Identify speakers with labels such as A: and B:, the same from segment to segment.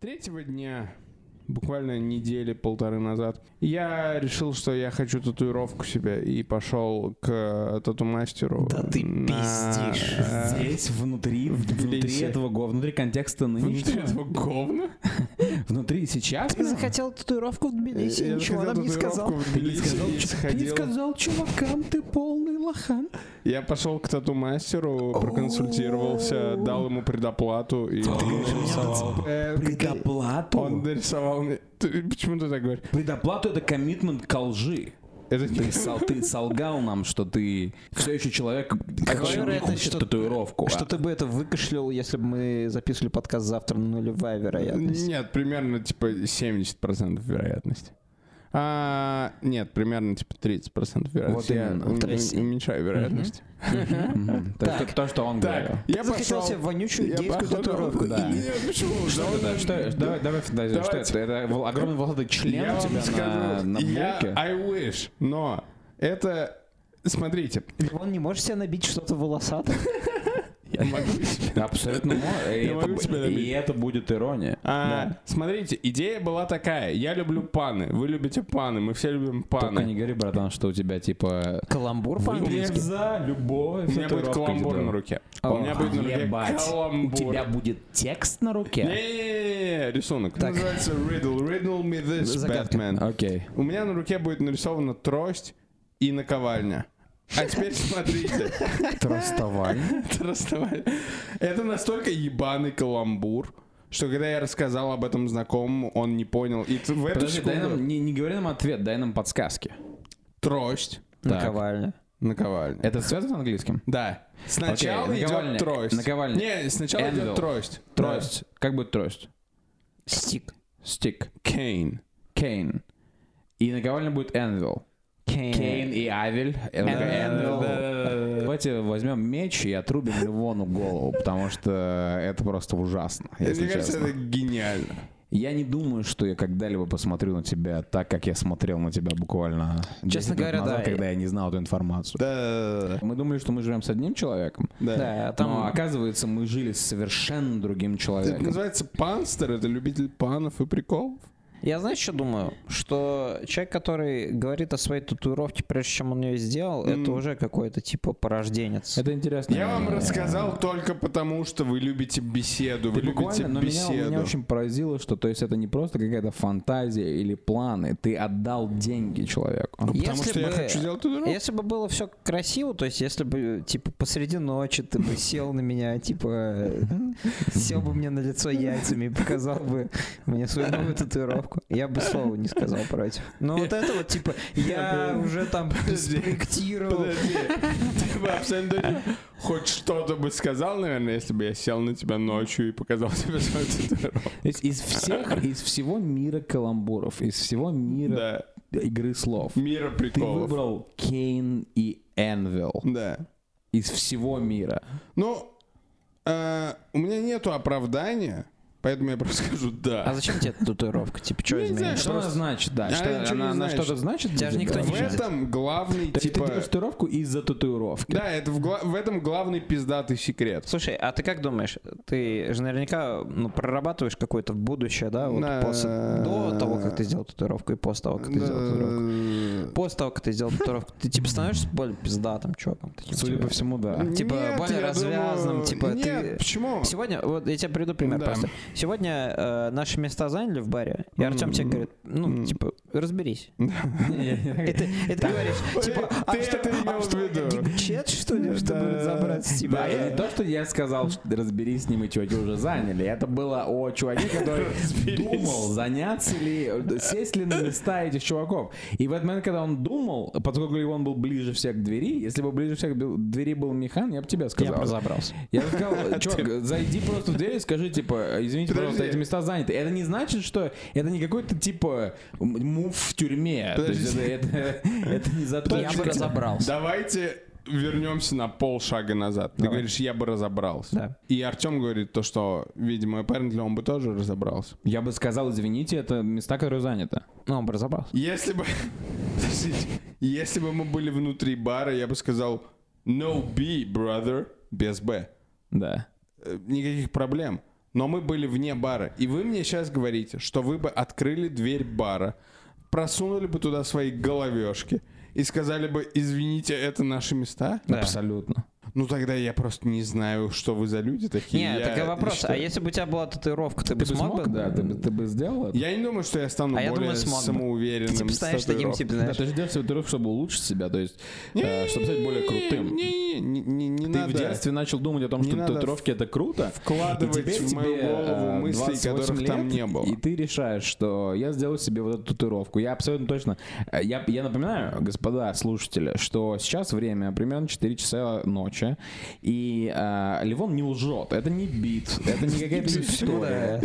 A: третьего дня, буквально недели полторы назад, я решил, что я хочу татуировку себе и пошел к э, тату-мастеру.
B: Да ты
A: на-
B: пиздишь.
A: э,
C: Здесь, внутри, в- внутри
A: лесе.
C: этого го- внутри контекста
A: Внутри
C: нынешнего,
A: этого говна.
C: внутри сейчас.
B: Ты захотел татуировку в Тбилиси,
A: Я
B: ничего
A: захотел
B: нам не
A: татуировку
B: сказал.
A: в
C: Ты не
A: Тбилиси
C: сказал,
A: и
C: чё- ты не
A: сходил.
C: сказал чувакам, ты полный лохан.
A: Я пошел к тату-мастеру, проконсультировался, дал ему предоплату и Э, Он
C: Предоплату?
A: нарисовал мне. Ты- Почему ты так говоришь?
C: Предоплату это коммитмент ко лжи.
A: Это не
C: Ты, сол- ты солгал нам, что ты все еще человек,
B: какая
C: который
B: вероятность,
C: хочет
B: что-
C: татуировку.
B: Что
C: а?
B: ты бы это выкашлял, если бы мы записывали подкаст завтра, ну нулевая вероятность.
A: Нет, примерно типа 70% вероятности. А, нет, примерно типа 30% вероятности.
C: Вот именно,
A: я ум-
B: тряси.
A: уменьшаю вероятность.
C: Мгм. То есть
B: Так.
C: это то, что он говорил.
A: Так, я
B: захотел
A: пошел.
B: себе вонючую гейскую
A: пошел-
B: татуировку.
C: Да.
A: Нет, почему?
C: ну Что
A: Довольно-
C: это? Что это? Давай, давай фантазируй. Что
A: Давайте.
C: это? Это вол- огромный волосатый член
A: Я
C: у
A: вам
C: тебя на,
A: скажу,
C: на
A: я
C: булке?
A: I wish, но это... Смотрите,
B: Он не может себе набить что-то волосатое.
A: я могу себе
C: Абсолютно. мо- И
A: могу
C: это бу-
A: тебя
C: и
A: добить.
C: это будет ирония.
A: А, Смотрите, идея была такая. Я люблю паны, вы любите паны, мы все любим
C: Только не
A: паны.
C: говори, братан, что у тебя типа...
B: Каламбур
C: «Выпьем
B: по-английски.
C: за любовь.
A: У меня будет каламбур на руке. У меня будет на руке
C: У
A: каламбур.
C: тебя будет текст на руке? Э,
A: Не-не-не, рисунок.
B: Э, Так.
A: Называется riddle. Riddle me this,
B: Загадка.
A: Batman.
C: Окей.
A: У меня на руке будет нарисована трость и наковальня. А теперь смотрите.
C: Трастоваль.
A: Это расставание. Это настолько ебаный каламбур, что когда я рассказал об этом знакомому, он не понял. И т- в эту
C: Подожди, дай
A: секунду
C: нам, не, не говори нам ответ, дай нам подсказки.
A: трость,
B: Наковальня.
A: наковальня.
C: Это связано с английским?
A: Да. Сначала
C: Окей,
A: идет
C: наковальня.
A: трость.
C: Наковальня.
A: Не, сначала идет
C: Anvil.
A: трость.
C: Трость. Как будет трость?
B: Стик.
C: Стик.
A: Кейн.
C: Кейн. И наковальня будет Энвил. Кейн и Авель.
B: Энвил.
C: Энвил. Давайте возьмем меч и отрубим Ливону голову, потому что это просто ужасно, если
A: Мне кажется,
C: честно.
A: это гениально.
C: Я не думаю, что я когда-либо посмотрю на тебя так, как я смотрел на тебя буквально 10
B: Честно
C: лет
B: говоря,
C: назад,
B: да.
C: когда я не знал эту информацию.
A: Да,
C: Мы думали, что мы живем с одним человеком,
A: да.
B: Да,
C: но
B: там...
C: оказывается, мы жили с совершенно другим
A: Это
C: человеком.
A: называется панстер, это любитель панов и приколов.
B: Я знаешь, что думаю? Что человек, который говорит о своей татуировке, прежде чем он ее сделал, это уже какой-то типа порожденец.
C: Это интересно. Э,
A: Я вам рассказал только потому, что вы любите беседу, вы
C: Ты
A: любите
C: буквально, но меня,
A: беседу.
C: меня очень поразило, что то есть это не просто какая-то фантазия или планы, ты отдал деньги человеку.
A: Потому что я хочу сделать татуировку.
B: Если бы было все красиво, то есть если бы, типа, посреди ночи ты бы сел на меня, типа, сел бы мне на лицо яйцами и показал бы мне свою новую татуировку, я бы слова не сказал против. Но вот это вот, типа, я уже там
A: Подожди.
B: спроектировал.
A: Подожди, ты бы абсолютно точно хоть что-то бы сказал, наверное, если бы я сел на тебя ночью и показал тебе свою татуировку.
C: То есть из всех, из всего мира каламбуров, из всего мира
A: Да,
C: игры слов,
A: мира
C: ты
A: приколов.
C: выбрал Кейн и Энвил
A: Да.
C: из всего мира.
A: Ну, э, у меня нету оправдания, поэтому я просто скажу
B: А
A: да.
B: зачем тебе эта татуировка? Типа, что
A: Ну, не
B: изменишь?
A: знаю,
C: Что она
A: Просто-
C: значит, да?
A: Она
C: Что,
A: ничего не
C: она, она
A: значит.
C: что-то значит? для
B: Тебя же никто
C: тебя?
B: не
A: В
B: видит.
A: этом главный,
C: То есть ты
A: типа...
C: делаешь татуировку из-за татуировки.
A: Да, это в, гла- в этом главный пиздатый секрет.
B: Слушай, а ты как думаешь, ты же наверняка ну, прорабатываешь какое-то будущее, да, вот
A: Да.
B: после, до того, как ты сделал татуировку и после того, как ты сделал татуировку? После того, как ты сделал татуировку, ты типа становишься более пиздатым чуваком. таким,
C: Судя
B: типа.
C: по всему, да.
B: Типа,
A: Э, Нет,
B: более
A: я
B: развязным,
A: думаю,
B: типа, ты-
A: Нет, почему?
B: Сегодня, вот я тебе приведу пример
A: Да.
B: просто. Сегодня э, наши места заняли в баре, и Артем тебе говорит, ну, типа, разберись. И ты, и ты говоришь, типа, а
A: ты
B: что,
A: это имел
B: а
A: в
B: что, я
A: виду?»
B: гигчет, что ли, чтобы
A: Да.
B: разобраться с тебя?
C: Да, и не то, что я сказал, что разберись с ним, и чуваки уже заняли. Это было о чуваке, который думал, заняться ли, сесть ли на места этих чуваков. И в этот момент, когда он думал, поскольку он был ближе всех к двери, если бы ближе всех к двери был Михан, я бы тебе
B: Я бы
C: сказал.
B: разобрался.
C: Я бы
B: А
C: сказал, чувак, зайди просто в дверь и скажи, типа, извините,
A: Подожди.
C: пожалуйста, эти места заняты. Это не значит, что это не какой-то, типа, м- мув в тюрьме. То есть
A: Подожди.
C: это, это- это не заточка.
B: Я бы разобрался.
A: Давайте вернемся на полшага назад. Ты говоришь, я бы разобрался.
B: Да.
A: И Артем говорит то, что, видимо, apparently он бы тоже разобрался.
C: Я бы сказал, извините, это места, которые заняты.
B: Ну, он бы разобрался.
A: Если бы... Подождите. Если бы мы были внутри бара, я бы сказал no B, brother, без Б.
C: Да.
A: Э, Никаких проблем. но мы были вне бара. И вы мне сейчас говорите, что вы бы открыли дверь бара, просунули бы туда свои головешки и сказали бы, извините, это наши места?
B: Да.
C: Абсолютно.
A: Ну тогда я просто не знаю, что вы за люди такие.
B: Не,
A: Я-
B: такой вопрос.
A: что-
B: А если бы у тебя была татуировка, ты, бы
C: Ты бы
B: смог бы?
C: Да, ты бы, ты бы сделал это?
A: Я не думаю, что я стану
B: А я
A: более
B: думаю, смог бы.
A: самоуверенным.
B: Ты типа
A: с
B: станешь таким,
A: татуировкой.
B: типа,
C: Да,
B: знаешь,
C: ты же делаешь татуировку, чтобы улучшить себя, то есть, э, чтобы стать более крутым.
A: Не, не, не, не
C: Ты
A: надо.
C: в детстве начал думать о том,
A: Не
C: что
A: надо
C: татуировки это круто.
A: вкладывать
C: и теперь
A: в мою
C: тебе,
A: голову
C: э,
A: мысли,
C: 28
A: которых там
C: лет,
A: не было.
C: И ты решаешь, что я сделаю себе вот эту татуировку. Я абсолютно точно... э, Я, я напоминаю, господа слушатели, что сейчас время примерно 4 часа ночи, и э, Левон не лжет. Это не бит, это не какая-то история.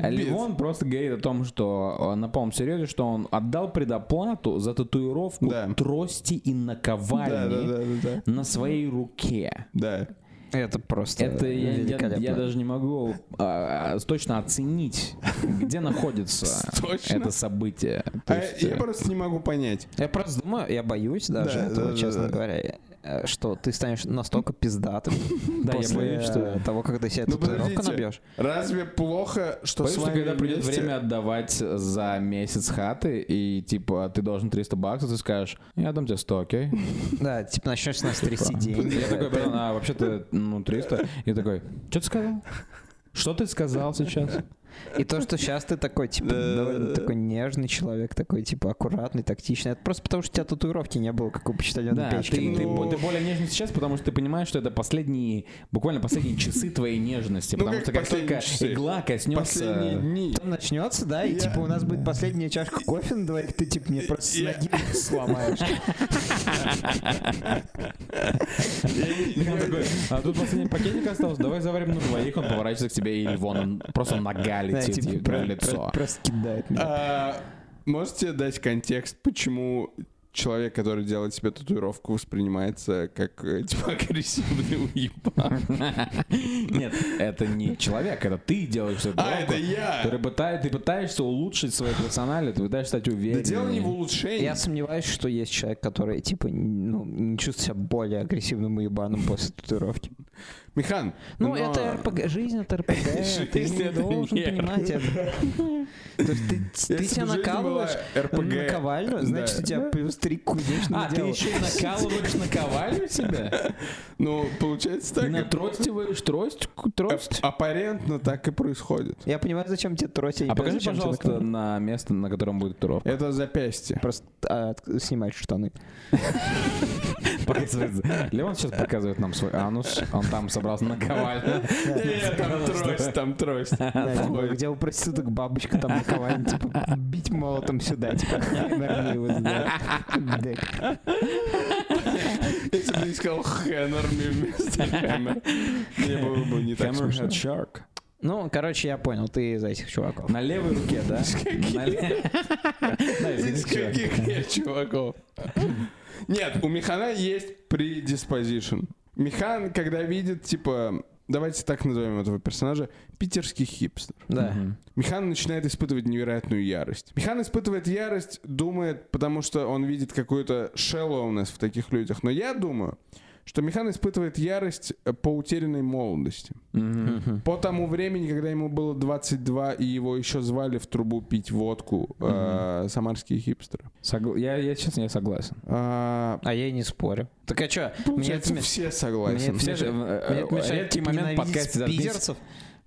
C: А Левон просто говорит о том, что э, на полном серьезе, что он отдал предоплату за татуировку
A: Да.
C: трости и наковальни
A: Да, да, да, да,
C: на своей руке.
A: да. Да.
B: это просто
C: Это я, я- я
B: великолепно.
C: даже не могу а, а, точно оценить, где находится
A: Точно?
C: это событие. То
A: А
C: есть,
A: я
C: э,
A: просто не могу понять.
B: Я просто думаю, я боюсь даже
A: Да,
B: этого,
A: да,
B: честно
A: да, да.
B: говоря, э, что ты станешь настолько пиздатым
C: Да, я
B: после
C: боюсь, что-
B: э, того, как ты себе
A: Ну,
B: татуировку
A: подождите.
B: набьешь.
A: Разве плохо, что
C: Боюсь,
A: с
C: что
A: вами
C: когда придет
A: вместе-
C: время отдавать за месяц хаты, и типа ты должен 300 баксов, ты скажешь, я дам тебе 100, окей?
B: Да, типа начнешь с нас трясти деньги.
C: Я такой, блин, а вообще-то, ну, 300. И такой, что ты сказал? Что ты сказал сейчас?
B: И то, что сейчас ты такой, типа, довольно такой нежный человек, такой, типа, аккуратный, тактичный. Это просто потому, что у тебя татуировки не было, как у почтальона
C: Да, ты,
B: Печкина.
C: ты
A: ну-
C: бо- ты более нежный сейчас, потому что ты понимаешь, что это последние, буквально последние часы твоей нежности,
A: Ну,
C: потому
A: как
C: что как
A: последние
C: только
A: часы.
C: игла коснется...
A: Последние дни.
B: Там начнется, да, и
A: Я-
B: типа у нас будет последняя чашка кофе на двоих, ты типа мне просто с
A: Я-
B: ноги сломаешь.
C: И он такой, а тут последний пакетик остался, давай заварим на двоих. Он поворачивается к тебе, и Львон, он просто нога
B: Да,
C: летит ей
B: типа,
C: прям в
B: про-
C: лицо.
B: про- Просто кидает меня.
A: А, Можете дать контекст, почему человек, который делает себе татуировку, воспринимается как э, типа агрессивный уебан?
C: Нет, это не человек, это ты делаешь эту
A: А, это
C: дорогу. Ты
A: я!
C: пыта- ты пытаешься улучшить свое персонали, ты пытаешься стать
A: Да дело не в
C: уверенным.
A: улучшении.
B: Я сомневаюсь, что есть человек, который, типа, н- ну, не чувствует себя более агрессивным и ебаным после татуировки.
A: Михан,
B: Ну,
A: но-
B: это РПГ, жизнь это РПГ, ты
C: Жизнь
B: не
C: это
B: должен
C: не
B: понимать это. То есть ты- Ты
A: Если
B: себя
A: бы жизнь
B: накалываешь,
A: была РПГ,
B: наковальню, значит,
A: да.
B: у тебя плюс три кузнечных
C: А, ты еще и накалываешь наковальню себя?
A: Ну, получается
C: И
A: так.
C: натростиваешь трость? Трость?
A: Ап- Аппарентно так и происходит.
B: Я понимаю, зачем тебе трости.
A: Э,
B: я не
C: А
B: понимаю,
C: покажи,
B: зачем тебе
C: пожалуйста,
B: накалывать.
C: на место, на котором будет татуировка.
A: Это запястье.
B: Просто а, от- снимать штаны.
C: Показывает. Леон сейчас показывает нам свой анус. Он там собрался наковальню.
A: Э, Там трость, там трость.
B: Да, типа,
A: Ой.
B: где у проституток бабочка там наковальня, типа, бить молотом сюда, типа, наверное, его сюда. Дек.
A: Если бы не сказал Хэнерми вместо Хэмер, мне было бы не так смешно.
C: Hammerhead Shark.
B: Ну, короче, я понял, ты из этих чуваков.
C: На левой руке, да? На ле- Да,
A: Из
C: извините, чувак.
A: каких я чуваков? Нет, у Михана есть предиспозишн. Михан, когда видит, типа, давайте так назовем этого персонажа, питерский хипстер.
B: Да.
C: Мгм.
A: Михан начинает испытывать невероятную ярость. Михан испытывает ярость, думает, потому что он видит какую-то шеллоунес в таких людях. Но я думаю, что Михан испытывает ярость э, по утерянной молодости.
C: Мгм.
A: По тому времени, когда ему было 22, и его еще звали в трубу пить водку э, самарские хипстеры.
C: Согла- Я, я, честно, я согласен.
A: А,
B: А я и не спорю. Так а чё? Мне
A: получается,
B: это ме-
A: все
B: мне это
A: согласен.
C: Все же,
B: мешает-
C: э,
B: мне
C: э,
B: это мешает,
C: редкий
B: типа,
C: момент в
B: ненавидеть
C: подкасте заткнись.
B: питерцев.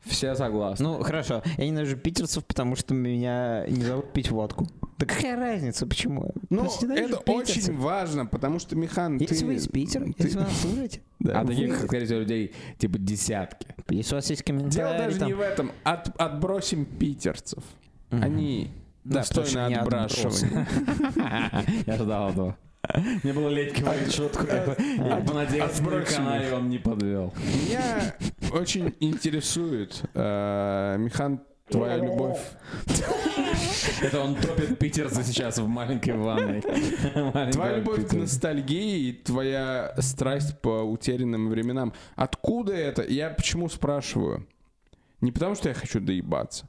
C: Все согласны.
B: Ну, хорошо. Я ненавижу питерцев, потому что меня не зовут пить водку. Да какая разница, почему?
A: Ну,
B: Просто ненавижу
A: это
B: питерцев.
A: очень важно, потому что, Михан,
B: Если
A: ты...
B: вы а из Питера,
A: ты-
B: если вы нас слушаете,
C: а
A: да.
C: таких,
B: вы-
C: скорее всего, людей типа десятки.
B: если у вас есть
A: Дело
B: комментарии
A: даже
B: там.
A: не в этом. От- отбросим питерцев.
B: Мгм.
A: Они
B: Да, потому что не
A: достойны отбрашивания.
C: Я ждал этого. Мне было лень говорить шутку. Я я понадеялся, на
A: отбросим
C: канале он не подвел.
A: Меня очень интересует, э, Михан, твоя любовь.
C: Это он топит питерца сейчас в маленькой ванной.
A: Твоя
C: Маленького
A: любовь к
C: питерца.
A: ностальгии и твоя страсть по утерянным временам. Откуда это? Я почему спрашиваю? Не потому, что я хочу доебаться,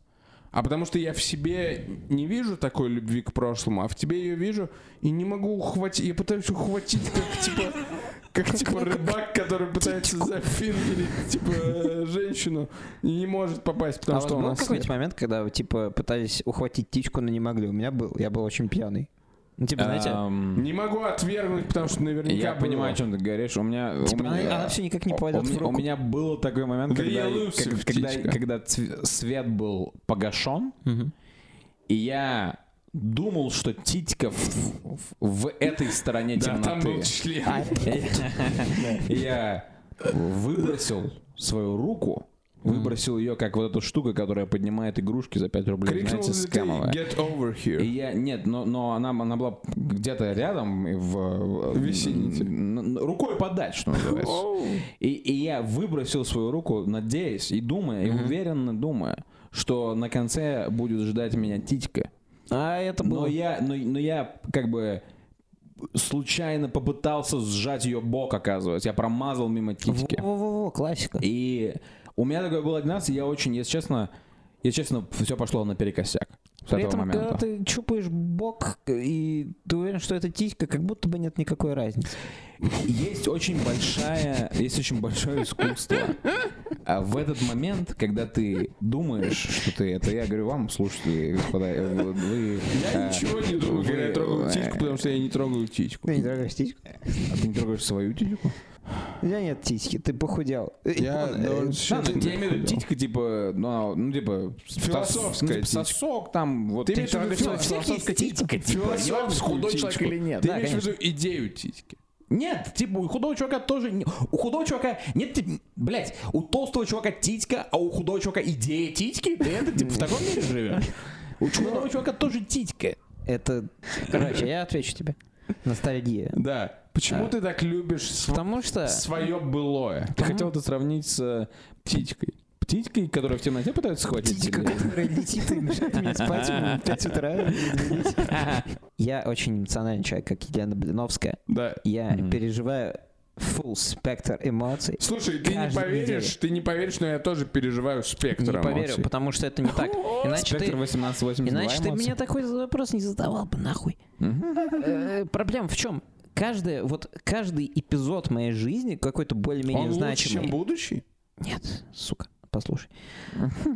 A: А потому что я в себе не вижу такой любви к прошлому, а в тебе ее вижу и не могу ухватить. Я пытаюсь ухватить, как типа, как типа рыбак, который пытается зафингерить типа э, женщину и не может попасть, потому
B: а
A: что
B: вот
A: у
B: был
A: нас
B: какой-нибудь
A: нет.
B: момент, когда вы, типа, пытались ухватить птичку, но не могли? У меня был, я был очень пьяный. Ну, типа,
A: А,
B: знаете,
C: Эм,
A: Не могу отвергнуть, потому что
B: Ну,
A: наверняка
C: Я
A: было.
C: понимаю, о чем ты говоришь. У меня... у
B: типа, она,
C: меня-
B: она все никак не
C: у,
B: попадет в
C: меня- у
B: руку.
C: меня был такой момент,
A: Да я
C: когда,
A: лысый,
C: как- когда,
A: птичка.
C: когда цв- свет был погашен, и я думал, что титька в, в- в этой стороне
A: Да,
C: темноты.
A: там был член.
C: И Я выбросил свою руку, выбросил ее как вот эта штука, которая поднимает игрушки за 5 рублей,
A: Крикнул
C: знаете,
A: ли ты
C: скамовая.
A: «Get over
C: И
A: here»?
C: я, нет, но, но она, она была где-то рядом и в...
A: Висенните.
C: н- н- Рукой подать, что называется.
A: Оу.
C: И, и я выбросил свою руку, надеясь и думая, и уверенно думая, что на конце будет ждать меня титька.
B: А это
C: Но
B: было...
C: я, но, но я как бы случайно попытался сжать ее бок, оказывается. Я промазал мимо титьки.
B: Во-во-во, классика.
C: И у меня такое было один раз, и я очень, если честно, если честно, все пошло наперекосяк с
B: При
C: этого
B: этом,
C: момента.
B: когда ты чупаешь бок, и ты уверен, что это титька, как будто бы нет никакой разницы.
C: Есть очень большая, есть очень большое искусство. А в этот момент, когда ты думаешь, что ты это, я говорю вам, слушайте, господа, э, вы- вы,
A: Я
C: э,
A: ничего не думаю, когда я
C: вы-
A: трогаю
C: э,
A: птичку, потому что я не трогаю птичку.
B: Я не трогаешь титьку.
C: а ты не трогаешь свою титьку?
B: У тебя нет титьки, ты похудел.
A: Я
B: Э,
A: довольно
C: Да,
A: сильно
C: ну, я имею в виду
A: похудел.
C: титька, типа, ну, а, ну, типа, сос-
A: Философская
C: ну,
A: титька.
C: типа, сосок там, вот.
A: Ты имеешь в виду
C: трогаешь свою
A: философскую
C: философскую титька, типа,
A: Философскую
C: я худой человек
A: титьку.
C: или нет.
A: Ты
C: Да,
A: имеешь в
C: конечно.
A: виду идею титьки?
C: Нет, типа, у худого чувака тоже, не- у худого чувака, нет, типа, блядь, у толстого чувака титька, а у худого чувака идея титьки, ты это, типа, в таком мире живешь. У худого чувака тоже титька.
B: Это... Короче, я отвечу тебе. Ностальгия.
A: Да. Почему ты так любишь
B: Потому что...
A: свое былое?
C: Ты хотел это сравнить с э, птичкой. Птичкой, которая в темноте пытается схватить
B: Птичка, которая летит и мешает мне спать в 5 утра. извините. Я очень эмоциональный человек, как Елена Блиновская.
A: Да.
B: Я переживаю full спектр эмоций.
A: Слушай, ты не
B: Каждый
A: поверишь,
B: неделю.
A: ты не поверишь, но я тоже переживаю
B: Не
A: спектр
B: поверю,
A: эмоций.
B: потому что это не так. Иначе ты...
C: 1882
B: Иначе ты мне такой вопрос не задавал бы, нахуй. Э, Проблема в чем? Каждый, вот каждый эпизод моей жизни какой-то более-менее
A: Он лучше,
B: значимый.
A: чем будущий?
B: Нет, сука, послушай.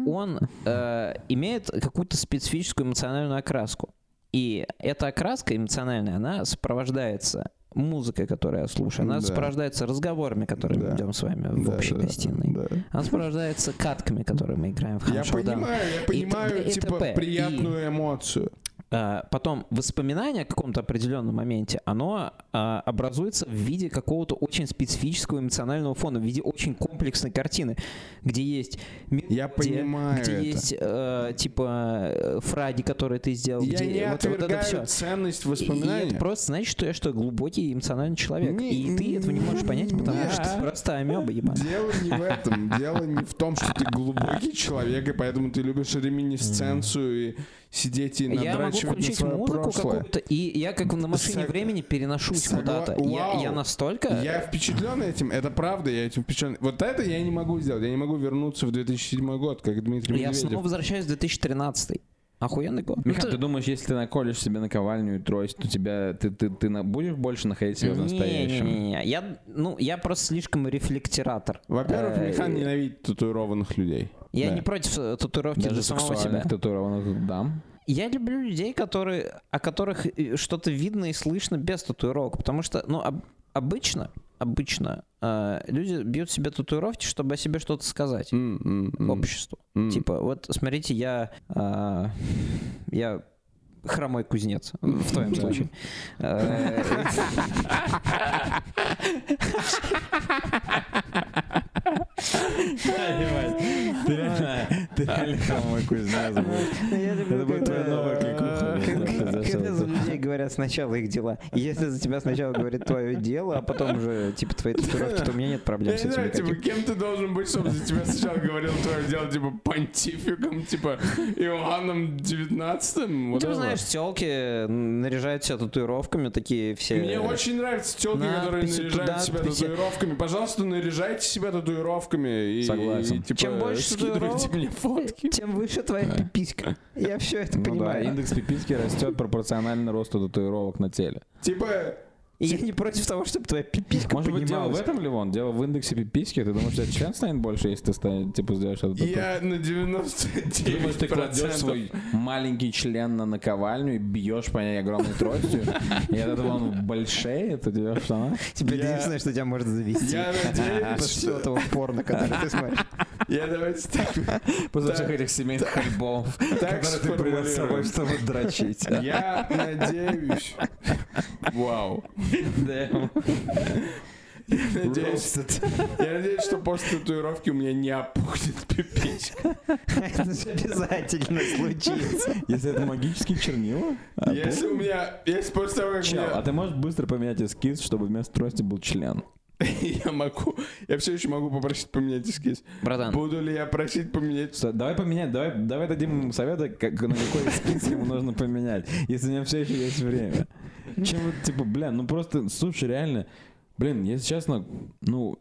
B: Он э, имеет какую-то специфическую эмоциональную окраску. И эта окраска эмоциональная, она сопровождается музыкой, которую я слушаю, она
A: Да.
B: сопровождается разговорами, которые
A: Да.
B: мы ведем с вами в общей гостиной. Она сопровождается катками, которые мы играем в
A: Я
B: Хамшоу
A: понимаю, я понимаю,
B: и
A: типа,
B: т.п.
A: приятную эмоцию.
B: а, потом воспоминание о каком-то определенном моменте, оно а, образуется в виде какого-то очень специфического эмоционального фона, в виде очень комплексной картины, где есть мелодия,
A: Я понимаю
B: где
A: это.
B: есть э, типа э, фраги, которые ты сделал,
A: Я
B: где
A: не
B: вот, вот это
A: отвергаю
B: все.
A: ценность
B: И это
A: воспоминаний.
B: просто значит, что я что, глубокий эмоциональный человек.
A: Не- а?
B: и ты этого не можешь понять, потому
A: нет.
B: что ты просто амеба, ебаная.
A: Дело не в этом. Дело не в том, что ты глубокий человек, и поэтому ты любишь реминесценцию и сидеть и
B: Я могу
A: надрачивать на
B: включить
A: свое
B: музыку
A: прошлое.
B: какую-то, и я как на машине
A: Сог-
B: времени переношусь
A: согла-
B: куда-то. Я,
A: Вау.
B: я настолько...
A: Я впечатлен этим, это правда, я этим впечатлен. Вот это я не могу сделать, я не могу вернуться в 2007 год, как Дмитрий
B: Я снова
A: Медведев.
B: возвращаюсь в 2013. Охуенный год.
C: Миха,
B: Ну,
C: ты
B: ты-
C: думаешь, если ты наколешь себе наковальню и трость, то тебя ты, ты, ты на- будешь больше находить себя в настоящем?
B: Не-не-не. Я, ну, я просто слишком рефлектиратор.
A: Во-первых,
B: Э,
A: Михан ненавидит татуированных людей.
B: Я
A: Да.
B: не против э, татуировки
C: Даже
B: для самого себя.
C: сексуальных татуированных дам.
B: Я люблю людей, которые, о которых э, что-то видно и слышно без татуировок. Потому что, ну, об- обычно, обычно э, люди бьют себе татуировки, чтобы о себе что-то сказать
A: М, м, м,
B: обществу.
A: м.
B: Типа, вот смотрите, я, а, я хромой кузнец, в твоем случае. Э,
C: Ты реально хромой кузнец.
B: Я люблю,
C: Это будет твоя новая кликуха.
B: когда-
C: Зашел
B: Когда за
C: бы.
B: людей говорят сначала их дела. И Если за тебя сначала говорит твое дело, а потом уже типа твои татуировки, то у меня нет
A: Я
B: проблем
A: не
B: с этим
A: знаю, типа,
B: никаких.
A: кем ты должен быть, чтобы за тебя сначала говорил твое дело, типа, понтификом, типа, Иоанном 19
B: Ну, Ты знаешь, телки наряжают себя татуировками, такие все.
A: Мне очень нравятся телки, которые
B: надписи,
A: наряжают
B: туда
A: себя
B: надписи.
A: татуировками. Пожалуйста, наряжайте себя татуировками. И,
C: Согласен.
A: и, типа,
B: Чем больше
A: Скидывайте
B: татуировок,
A: мне фотки.
B: тем выше твоя пиписька. Я все это
C: Ну да,
B: понимаю.
C: индекс пиписки растет пропорционально росту татуировок на теле.
A: Типа,
B: И я не против того, чтобы твоя пиписька
C: Может быть, дело в
B: поднималась.
C: этом, Ливон? Дело в индексе пиписки? Ты думаешь, у тебя член станет больше, если ты станет, типа, сделаешь это?
A: я на
C: Ты думаешь, ты кладешь
A: 99%
C: свой маленький член на наковальню и бьешь по ней огромной тростью, и от этого он большеет у тебя в штанах?
B: Теперь
A: Я-
B: единственное, что тебя может завести.
A: Я
B: После
A: надеюсь,
B: всего
A: что...
B: того порно, которое ты смотришь.
A: Я давайте так...
C: После
A: всех
C: этих семейных альбомов,
A: Так сформулирую.
C: чтобы дрочить.
A: Я надеюсь... Вау. Я надеюсь, я надеюсь, что после татуировки у меня не опухнет пипичка.
B: Это же обязательно случится.
C: Если это магические чернила? а,
A: Если у меня... Если после того, как
C: Чел, а
A: я...
C: ты можешь быстро поменять эскиз, чтобы вместо трости был член?
A: Я могу... Я все еще могу попросить поменять эскиз.
B: Братан,
A: Буду ли я просить поменять...
C: Что, Давай поменять, давай, давай дадим ему советы, как, на какой эскиз ему нужно поменять, если у него все еще есть время. Чем вот, типа, бля, ну просто, слушай, реально, блин, если честно, ну,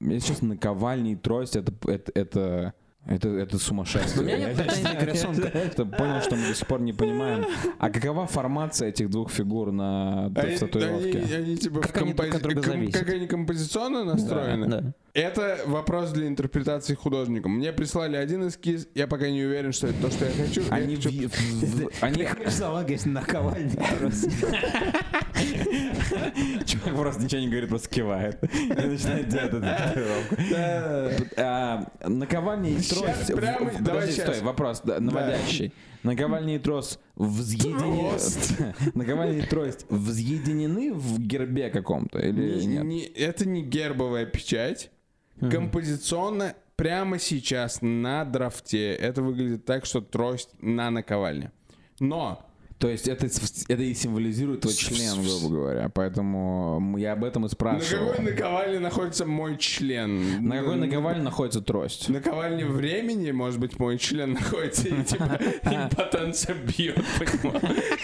C: если честно, наковальни и трость, это, это, это, это, это сумасшествие.
B: У меня нет
C: Я
B: претензий
C: честно-
B: к рисунку.
C: я это понял, что мы до сих пор не понимаем. А какова формация этих двух фигур на в
A: Они,
C: татуировке?
A: они- они, типа
B: Как
A: в
B: они друг от
A: компози-
B: друга
A: ком-
B: зависят.
A: как они композиционно настроены.
B: да.
A: Это вопрос для интерпретации художника. Мне прислали один эскиз, я пока не уверен, что это то, что я хочу. Я
C: Они,
A: хочу-
C: в- в- в- они
B: Салага на ковальне просто.
C: Чувак просто ничего не говорит, просто кивает. И начинает делать эту татуировку. А, Наковальня и
A: Щас,
C: трос... в-
A: прямо-
C: в-
A: давай
C: Подожди,
A: щас.
C: стой, вопрос да, наводящий. Наковальня и трос
A: Трост.
C: взъединены... Наковальня и трость взъединены в гербе каком-то или
A: Э, Не-
C: нет?
A: не- это не гербовая печать. Композиционно прямо сейчас на драфте это выглядит так, что трость на наковальне. Но
C: То есть это, с- это и символизирует твой член, грубо говоря. Поэтому м, я об этом и
A: на
C: спрашиваю.
A: какой наковальне находится мой член?
C: На какой наковальне находится трость?
A: Наковальне времени, может быть, мой член находится и типа импотенция бьет по нему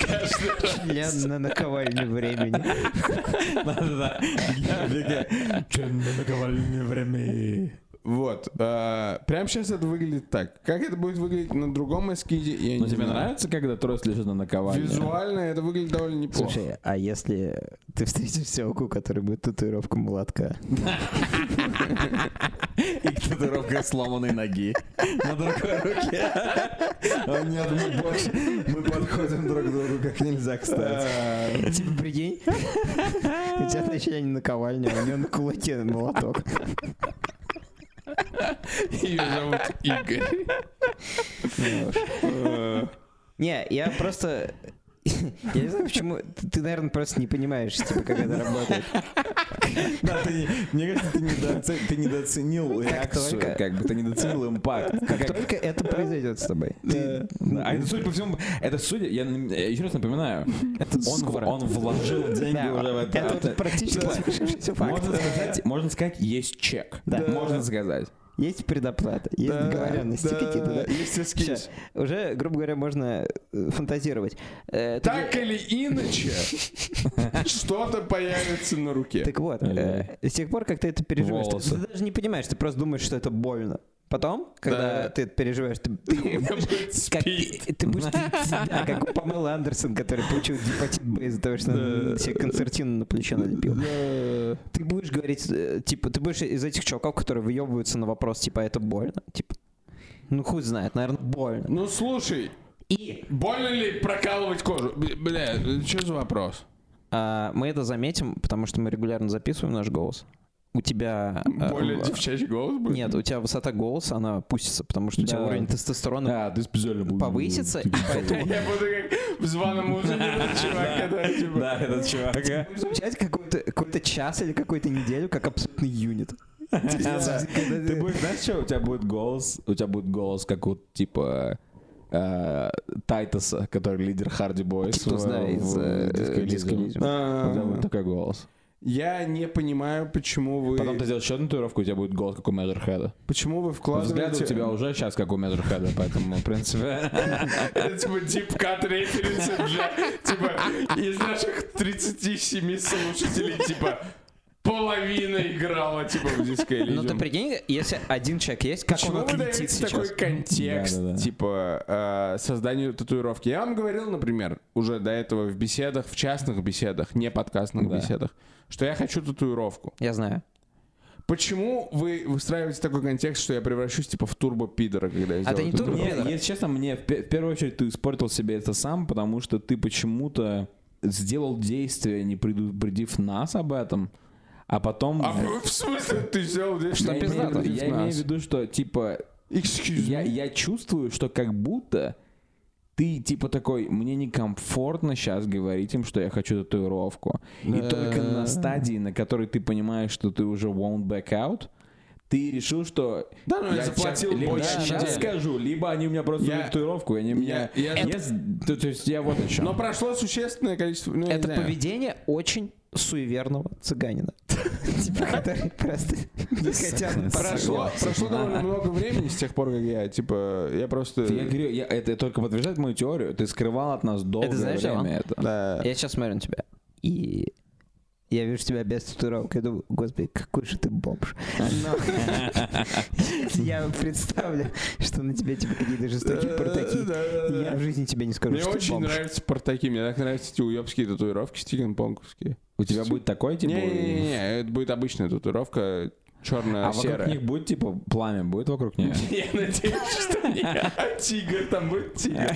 A: каждый раз.
B: Я на наковальне времени.
A: Вот. э, Прямо сейчас это выглядит так. Как это будет выглядеть на другом эскизе, я
C: Ну
A: не
C: тебе
A: знаю.
C: нравится, когда трость лежит на наковальне?
A: Визуально это выглядит довольно неплохо.
B: Слушай, а если ты встретишь селку, который будет татуировка молотка?
C: И татуировка сломанной ноги на другой руке.
D: Нет, мы больше мы подходим друг к другу как нельзя, кстати.
B: Типа, прикинь, у тебя на члене наковальня, а у него на кулаке молоток.
A: Ее зовут Игорь. Э,
B: Не, я просто... Я не знаю, почему... Ты, ты, наверное, просто не понимаешь, типа, как это работает.
D: Да, ты, мне кажется, ты, недооце- ты недооценил реакцию.
B: только-
D: Как бы ты недооценил импакт.
B: Как только это произойдет с тобой.
D: Ты-
C: А это, судя по всему, это судя, я еще раз напоминаю, он, в-
B: скоро.
C: он вложил деньги
B: Да,
C: уже в это.
B: это
C: Это-
B: вот практически
C: Да.
B: свершившийся факт.
C: Можно сказать, можно сказать, есть чек.
B: Да.
C: Можно сказать.
B: Есть предоплата, есть
A: да,
B: договоренности
A: да,
B: какие-то. типа, да.
A: Есть эскиз.
B: Всё, уже, грубо говоря, можно э, фантазировать. Э,
A: Так
B: же-
A: или иначе, что-то появится на руке.
B: так вот, э, с тех пор, как ты это переживаешь, ты,
C: Волосы.
B: ты даже не понимаешь, ты просто думаешь, что это больно. Потом, когда
A: Да.
B: ты это переживаешь, ты, ты
A: У меня
B: будешь
A: будет
B: как,
A: спид.
B: ты- ты будешь да, как Памела Андерсон, который получил гепатит Б из-за того, что она себе концертину на плечо налепила. Ты будешь говорить, э, типа, ты будешь из этих чуваков, которые выебываются на вопрос, типа, это больно, типа. Ну, хуй знает, наверное, больно.
A: Ну слушай,
B: И
A: больно ли прокалывать кожу? Б- Бля, что за вопрос?
B: А, мы это заметим, потому что мы регулярно записываем наш голос. У тебя... а,
A: Более
B: в-
A: девчачий голос будет?
B: Нет, у тебя высота голоса, она опустится, потому что у тебя
C: Да.
B: уровень тестостерона
C: Да, А, ты специально будешь- типа,
B: повысится, и поэтому
A: Я буду как в званом ужине этот чувак, который, типа,
C: Да, этот чувак. а.
B: будешь звучать какой-то какой-то час или какую-то неделю как абсолютный юнит.
C: Ты будешь, знаешь, что у тебя будет голос? У тебя будет голос, как вот, типа, э, Тайтаса, который лидер Харди Бойс.
B: Титус,
C: в-
B: да,
C: в
B: из, э,
C: Диско Элизиуме.
B: Диско Элизиума.
C: У тебя будет
A: «А,
C: такой голос.
A: Я не понимаю, почему
C: Потом ты
A: вы...
C: сделаешь еще одну татуировку, у тебя будет голос, как у Мезерхеда.
A: Почему вы
C: Взгляд у
A: вкладываете...
C: тебя уже сейчас, как у Мезерхеда, поэтому, в принципе...
A: Это типа дипкат референсы для, типа, из наших 37 слушателей, типа, половина играла, типа, в Disco
B: Ну ты
A: Elysium.
B: прикинь, если один человек есть, как он
A: Почему вы
B: отлетит
A: даете
B: сейчас?
A: такой контекст,
C: Да-да-да.
A: типа, э, созданию татуировки? Я вам говорил, например, уже до этого в беседах, в частных беседах, не подкастных
C: Да.
A: беседах, что я хочу татуировку.
B: Я знаю.
A: Почему вы выстраиваете такой контекст, что я превращусь, типа, в турбо-пидора, когда я
B: А ты
A: сделаю
B: не турбо-
A: татуировку?
C: Мне,
B: Пидор.
C: если честно, мне в пе- в первую очередь ты испортил себе это сам, потому что ты почему-то сделал действие, не предупредив нас об этом, а потом...
A: А вы- в смысле ты сделал здесь?
B: Что
C: я имею, в
B: пиздато?
C: виду- я имею в виду, что типа
A: Excuse
C: я, я чувствую, что как будто ты типа такой, мне некомфортно сейчас говорить им, что я хочу татуировку. И только на стадии, на которой ты понимаешь, что ты уже won't back out, ты решил, что
A: Да, но я
C: щас-
A: заплатил
C: либо
A: больше
C: я щас
A: недели.
C: скажу, либо они у меня просто
A: Я-
C: дают татуировку, и они меня...
A: я-
C: я с- то, то есть я вот о чем.
A: Но прошло существенное количество... ну, я не
B: Это
A: знаю.
B: поведение очень суеверного цыганина. Типа, который просто не хотят
A: Прошло, прошло довольно много времени с тех пор, как я, типа, я просто...
C: Я говорю, я- это только подтверждает мою теорию. Ты скрывал от нас долгое
B: знаешь,
C: время
B: Иван?
C: это.
A: Да.
B: Я сейчас смотрю на тебя. И я вижу тебя без татуировок. Я думаю, господи, какой же ты бомж.
A: Ну.
B: Но я представлю, что на тебе типа какие-то жестокие портаки. Я в жизни тебе не скажу,
A: Мне
B: что ты
A: очень
B: бомж.
A: нравятся портаки, мне так нравятся эти уебские татуировки стиген-понковские.
C: У тебя будет такой типа...
A: Не-не-не, это будет обычная татуировка,
C: А вокруг
A: черно-серая.
C: них будет типа пламя, будет вокруг нее?
A: Я надеюсь, что нет. А тигр, там будет тигр.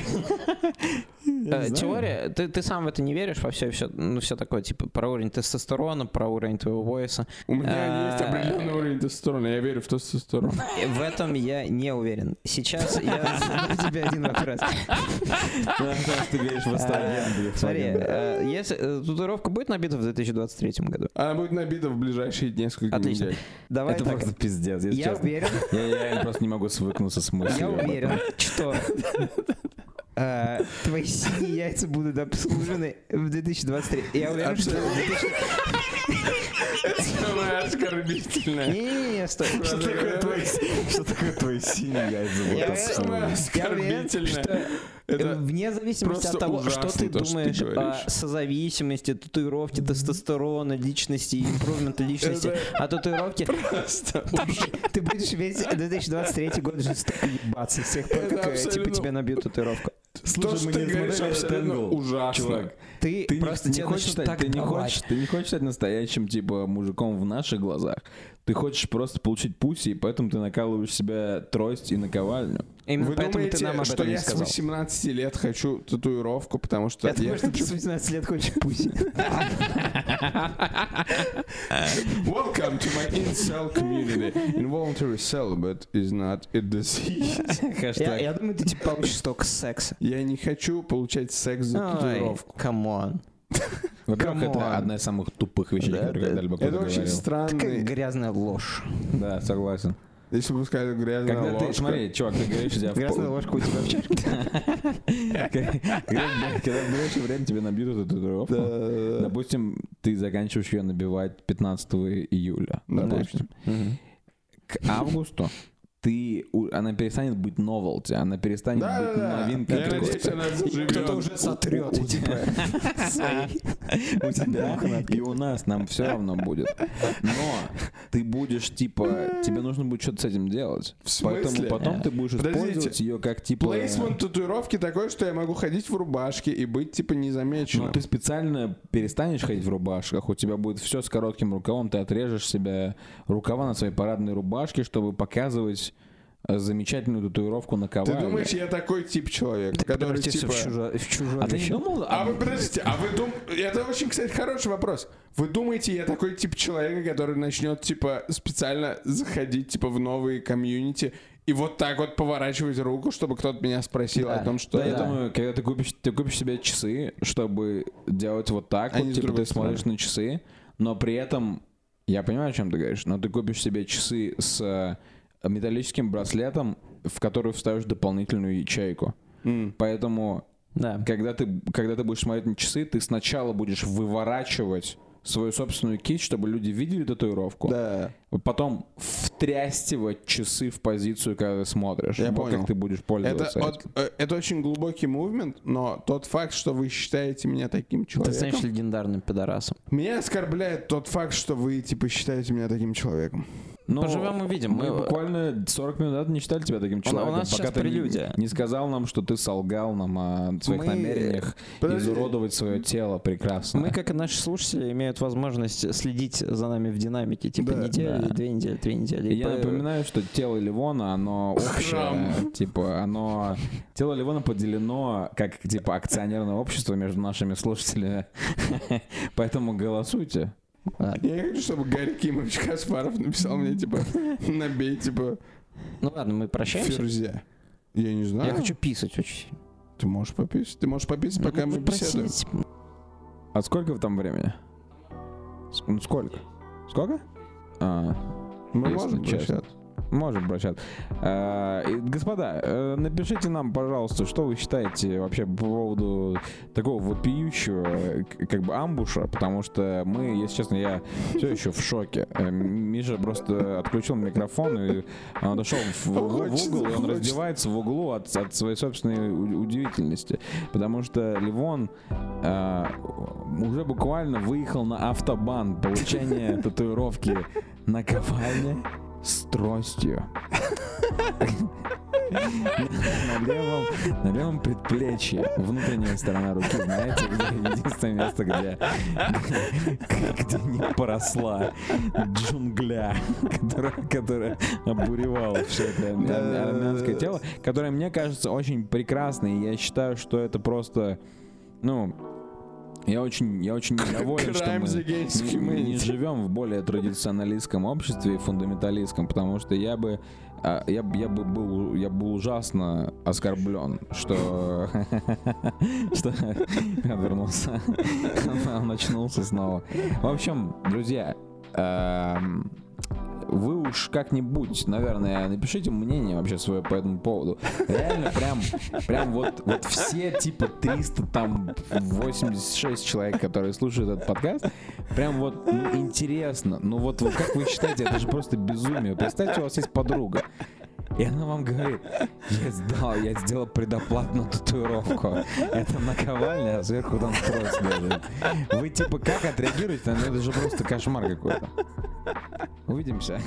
B: Э, Теория, ты, ты сам в это не веришь во все, все, ну все такое, типа про уровень тестостерона, про уровень твоего войса.
A: У меня есть
B: А,
A: определенный уровень тестостерона, я верю в тестостерон.
B: э, В этом я не уверен. Сейчас я задам тебе один вопрос.
C: Потому что ты веришь в эстроген.
B: Смотри,
C: блин.
B: э, если э, татуировка будет набита в 2023 году?
A: Она будет набита в ближайшие несколько
B: Отлично.
A: недель.
B: Давай
C: Это
B: так.
C: просто пиздец, если
B: Я
C: честно.
B: уверен,
C: Я реально просто не могу свыкнуться с мыслью.
B: я уверен, что э, твои синие яйца будут обслужены в 2023. Я уверен, что... в 2000
A: Это самое оскорбительное.
B: Не-не-не, стой.
A: Что такое твои
D: Что такое твои синие яйца?
B: Я
D: Вот
B: уверен,
D: это самое.
B: Я уверен, что э,
A: Это-
B: вне зависимости
A: просто
B: от того,
A: ужасно
B: что ты
A: то, что ты
B: думаешь
A: говоришь.
B: о созависимости, татуировке, тестостерона, личности, импровмента личности, о татуировке,
A: Просто
B: ты будешь весь 2023 год жестоко ебаться с тех пор,
A: Это
B: как э, типа
A: абсолютно-
B: тебя набьют татуировку.
A: то, что ты говоришь,
C: смотрели
A: абсолютно
C: «Тэнгл»,
A: ужасно.
C: Чувак,
B: Ты,
C: ты
B: просто
C: не,
B: тебе
C: хочешь
B: начнут
C: стать,
B: так
C: ты не
B: давать.
C: хочешь, ты не хочешь стать настоящим типа мужиком в наших глазах. Ты хочешь просто получить пуси, и поэтому ты накалываешь себя трость и наковальню.
B: Именно
A: Вы
B: поэтому
A: думаете,
B: ты нам об
A: что
B: этом не
A: я с
B: сказал.
A: 18 лет хочу татуировку, потому что
B: Я думаю,
A: я
B: что ты
A: хочу...
B: с 18 лет хочешь пусть.
A: Welcome to my incel community. Involuntary celibate is not a disease.
B: Я я думаю, ты типа получишь столько секса.
A: Я не хочу получать секс за
B: Ой,
A: татуировку.
B: камон.
C: Во-первых,
B: Камон.
C: это одна из самых тупых вещей,
B: Да,
C: которые
B: да.
C: когда-либо
A: Это
C: кто-то
A: очень
C: говорил.
B: Такая
A: странно.
B: грязная ложь.
C: Да, согласен.
A: Если бы сказали грязная
C: Когда ты,
A: ложка.
C: смотри, чувак, ты говоришь, у тебя в пол-
B: Грязная ложка у тебя в чашке.
C: Когда когда в ближайшее время тебе набьют эту татуировку,
A: Да.
C: допустим, ты заканчиваешь ее набивать 15 июля, допустим. К августу ты, у- она перестанет быть новелти, она перестанет
A: Да, да,
C: быть
A: да.
C: новинкой.
A: Я надеюсь, она заживет.
B: Кто-то уже сотрет.
C: У тебя. У тебя и у нас нам все равно будет. Но ты будешь типа, тебе нужно будет что-то с этим делать.
A: В смысле?
C: Поэтому потом ты будешь
A: Подождите.
C: использовать ее как типа.
A: Плейсмент татуировки такой, что я могу ходить в рубашке и быть типа
C: Но
A: незамеченным.
C: Ну, ты специально перестанешь ходить в рубашках, у тебя будет все с коротким рукавом, ты отрежешь себе рукава на своей парадной рубашке, чтобы показывать э, замечательную татуировку на
A: Ты
C: ковале.
A: думаешь, я такой тип человека, который
B: Превратишься
A: типа...
B: в чужое. В чужое
C: А ты не
B: вещество.
C: думал?
A: А
C: об-
A: вы подождите, а вы дум... Это очень, кстати, хороший вопрос. Вы думаете, я такой тип человека, который начнет, типа, специально заходить, типа, в новые комьюнити и вот так вот поворачивать руку, чтобы кто-то меня спросил о том, что...
C: Да, я
A: это-
C: думаю, когда ты купишь, ты купишь себе часы, чтобы делать вот так,
A: А
C: вот,
A: не с
C: типа
A: другой
C: ты смотришь на часы, но при этом, я понимаю, о чем ты говоришь, но ты купишь себе часы с э, металлическим браслетом, в который вставишь дополнительную ячейку.
A: М.
C: Поэтому
B: Да.
C: Когда ты, когда ты будешь смотреть на часы, ты сначала будешь выворачивать свою собственную кисть, чтобы люди видели татуировку.
D: Да.
C: Потом втрястивать часы в позицию, когда ты смотришь.
D: Я
C: Вот
D: понял.
C: Как ты будешь
A: Это,
C: пользоваться
A: от- э, это очень глубокий мувмент, но тот факт, что вы считаете меня таким
B: Ты
A: человеком,
B: станешь легендарным пидорасом.
A: меня оскорбляет тот факт, что вы типа считаете меня таким человеком.
C: Ну,
B: Поживем увидим.
C: Мы
B: Мы-
C: буквально 40 минут назад не считали тебя таким человеком,
B: нас
C: пока
B: сейчас
C: ты не-
B: прелюдия.
C: не сказал нам, что ты солгал нам о своих
B: Мы-
C: намерениях
A: Подожди.
C: изуродовать свое тело прекрасно.
B: Мы, как и наши слушатели, имеют возможность следить за нами в динамике. Типа
A: Да,
B: недели,
C: да.
B: две недели, три недели.
C: И Я
B: По-
C: напоминаю, что тело Ливона, оно общее, типа, оно... Тело Ливона поделено как, типа, акционерное общество между нашими слушателями. Поэтому голосуйте.
A: Я не хочу, чтобы Гарри Кимович Каспаров написал мне, типа, набей, типа,
B: Ну ладно, мы прощаемся.
A: ферзя. Я не знаю.
B: Я хочу писать очень. сильно.
A: Ты можешь пописать? Ты можешь пописать, пока
B: Ну,
A: мы беседуем.
B: просить.
C: А сколько там времени? С- Ну, сколько? Сколько? А,
A: Мы
C: Если
A: можем
C: честно.
A: прощаться.
C: Может, брачат. А, и, Господа, э, напишите нам, пожалуйста, что вы считаете вообще по поводу такого вопиющего, э, к- как бы, амбуша, потому что мы, если честно, я все еще в шоке. Э, Миша просто отключил микрофон и он дошел в, в- в угол, и он раздевается в углу от, от своей собственной у- удивительности, потому что Ливон э, уже буквально выехал на автобан получение татуировки на ковальне с тростью. На левом, на левом предплечье, внутренняя сторона руки, знаете, где единственное место, где, где не поросла джунгля, которая, которая обуревала все это армя- армянское тело, которое, мне кажется, очень прекрасно, и я считаю, что это просто, ну, я очень, я очень недоволен, что
A: Crimes
C: мы
A: against
C: не, не
A: humanity.
C: живем в более традиционалистском обществе и фундаменталистском, потому что я бы, а, я, б- я бы был, я был ужасно оскорблен, что, что отвернулся, он очнулся снова. В общем, друзья, эм, вы уж как-нибудь, наверное, напишите мнение вообще свое по этому поводу. Реально прям, прям вот, вот все типа 300 там 86 человек, которые слушают этот подкаст, прям вот ну, интересно. Ну вот вы- как вы считаете, это же просто безумие. Представьте, у вас есть подруга. И она вам говорит, я сдал, я сделал предоплатную татуировку. Это наковальня, а сверху там трость лежит. Вы типа как отреагируете? Ну, это же просто кошмар какой-то. Увидимся.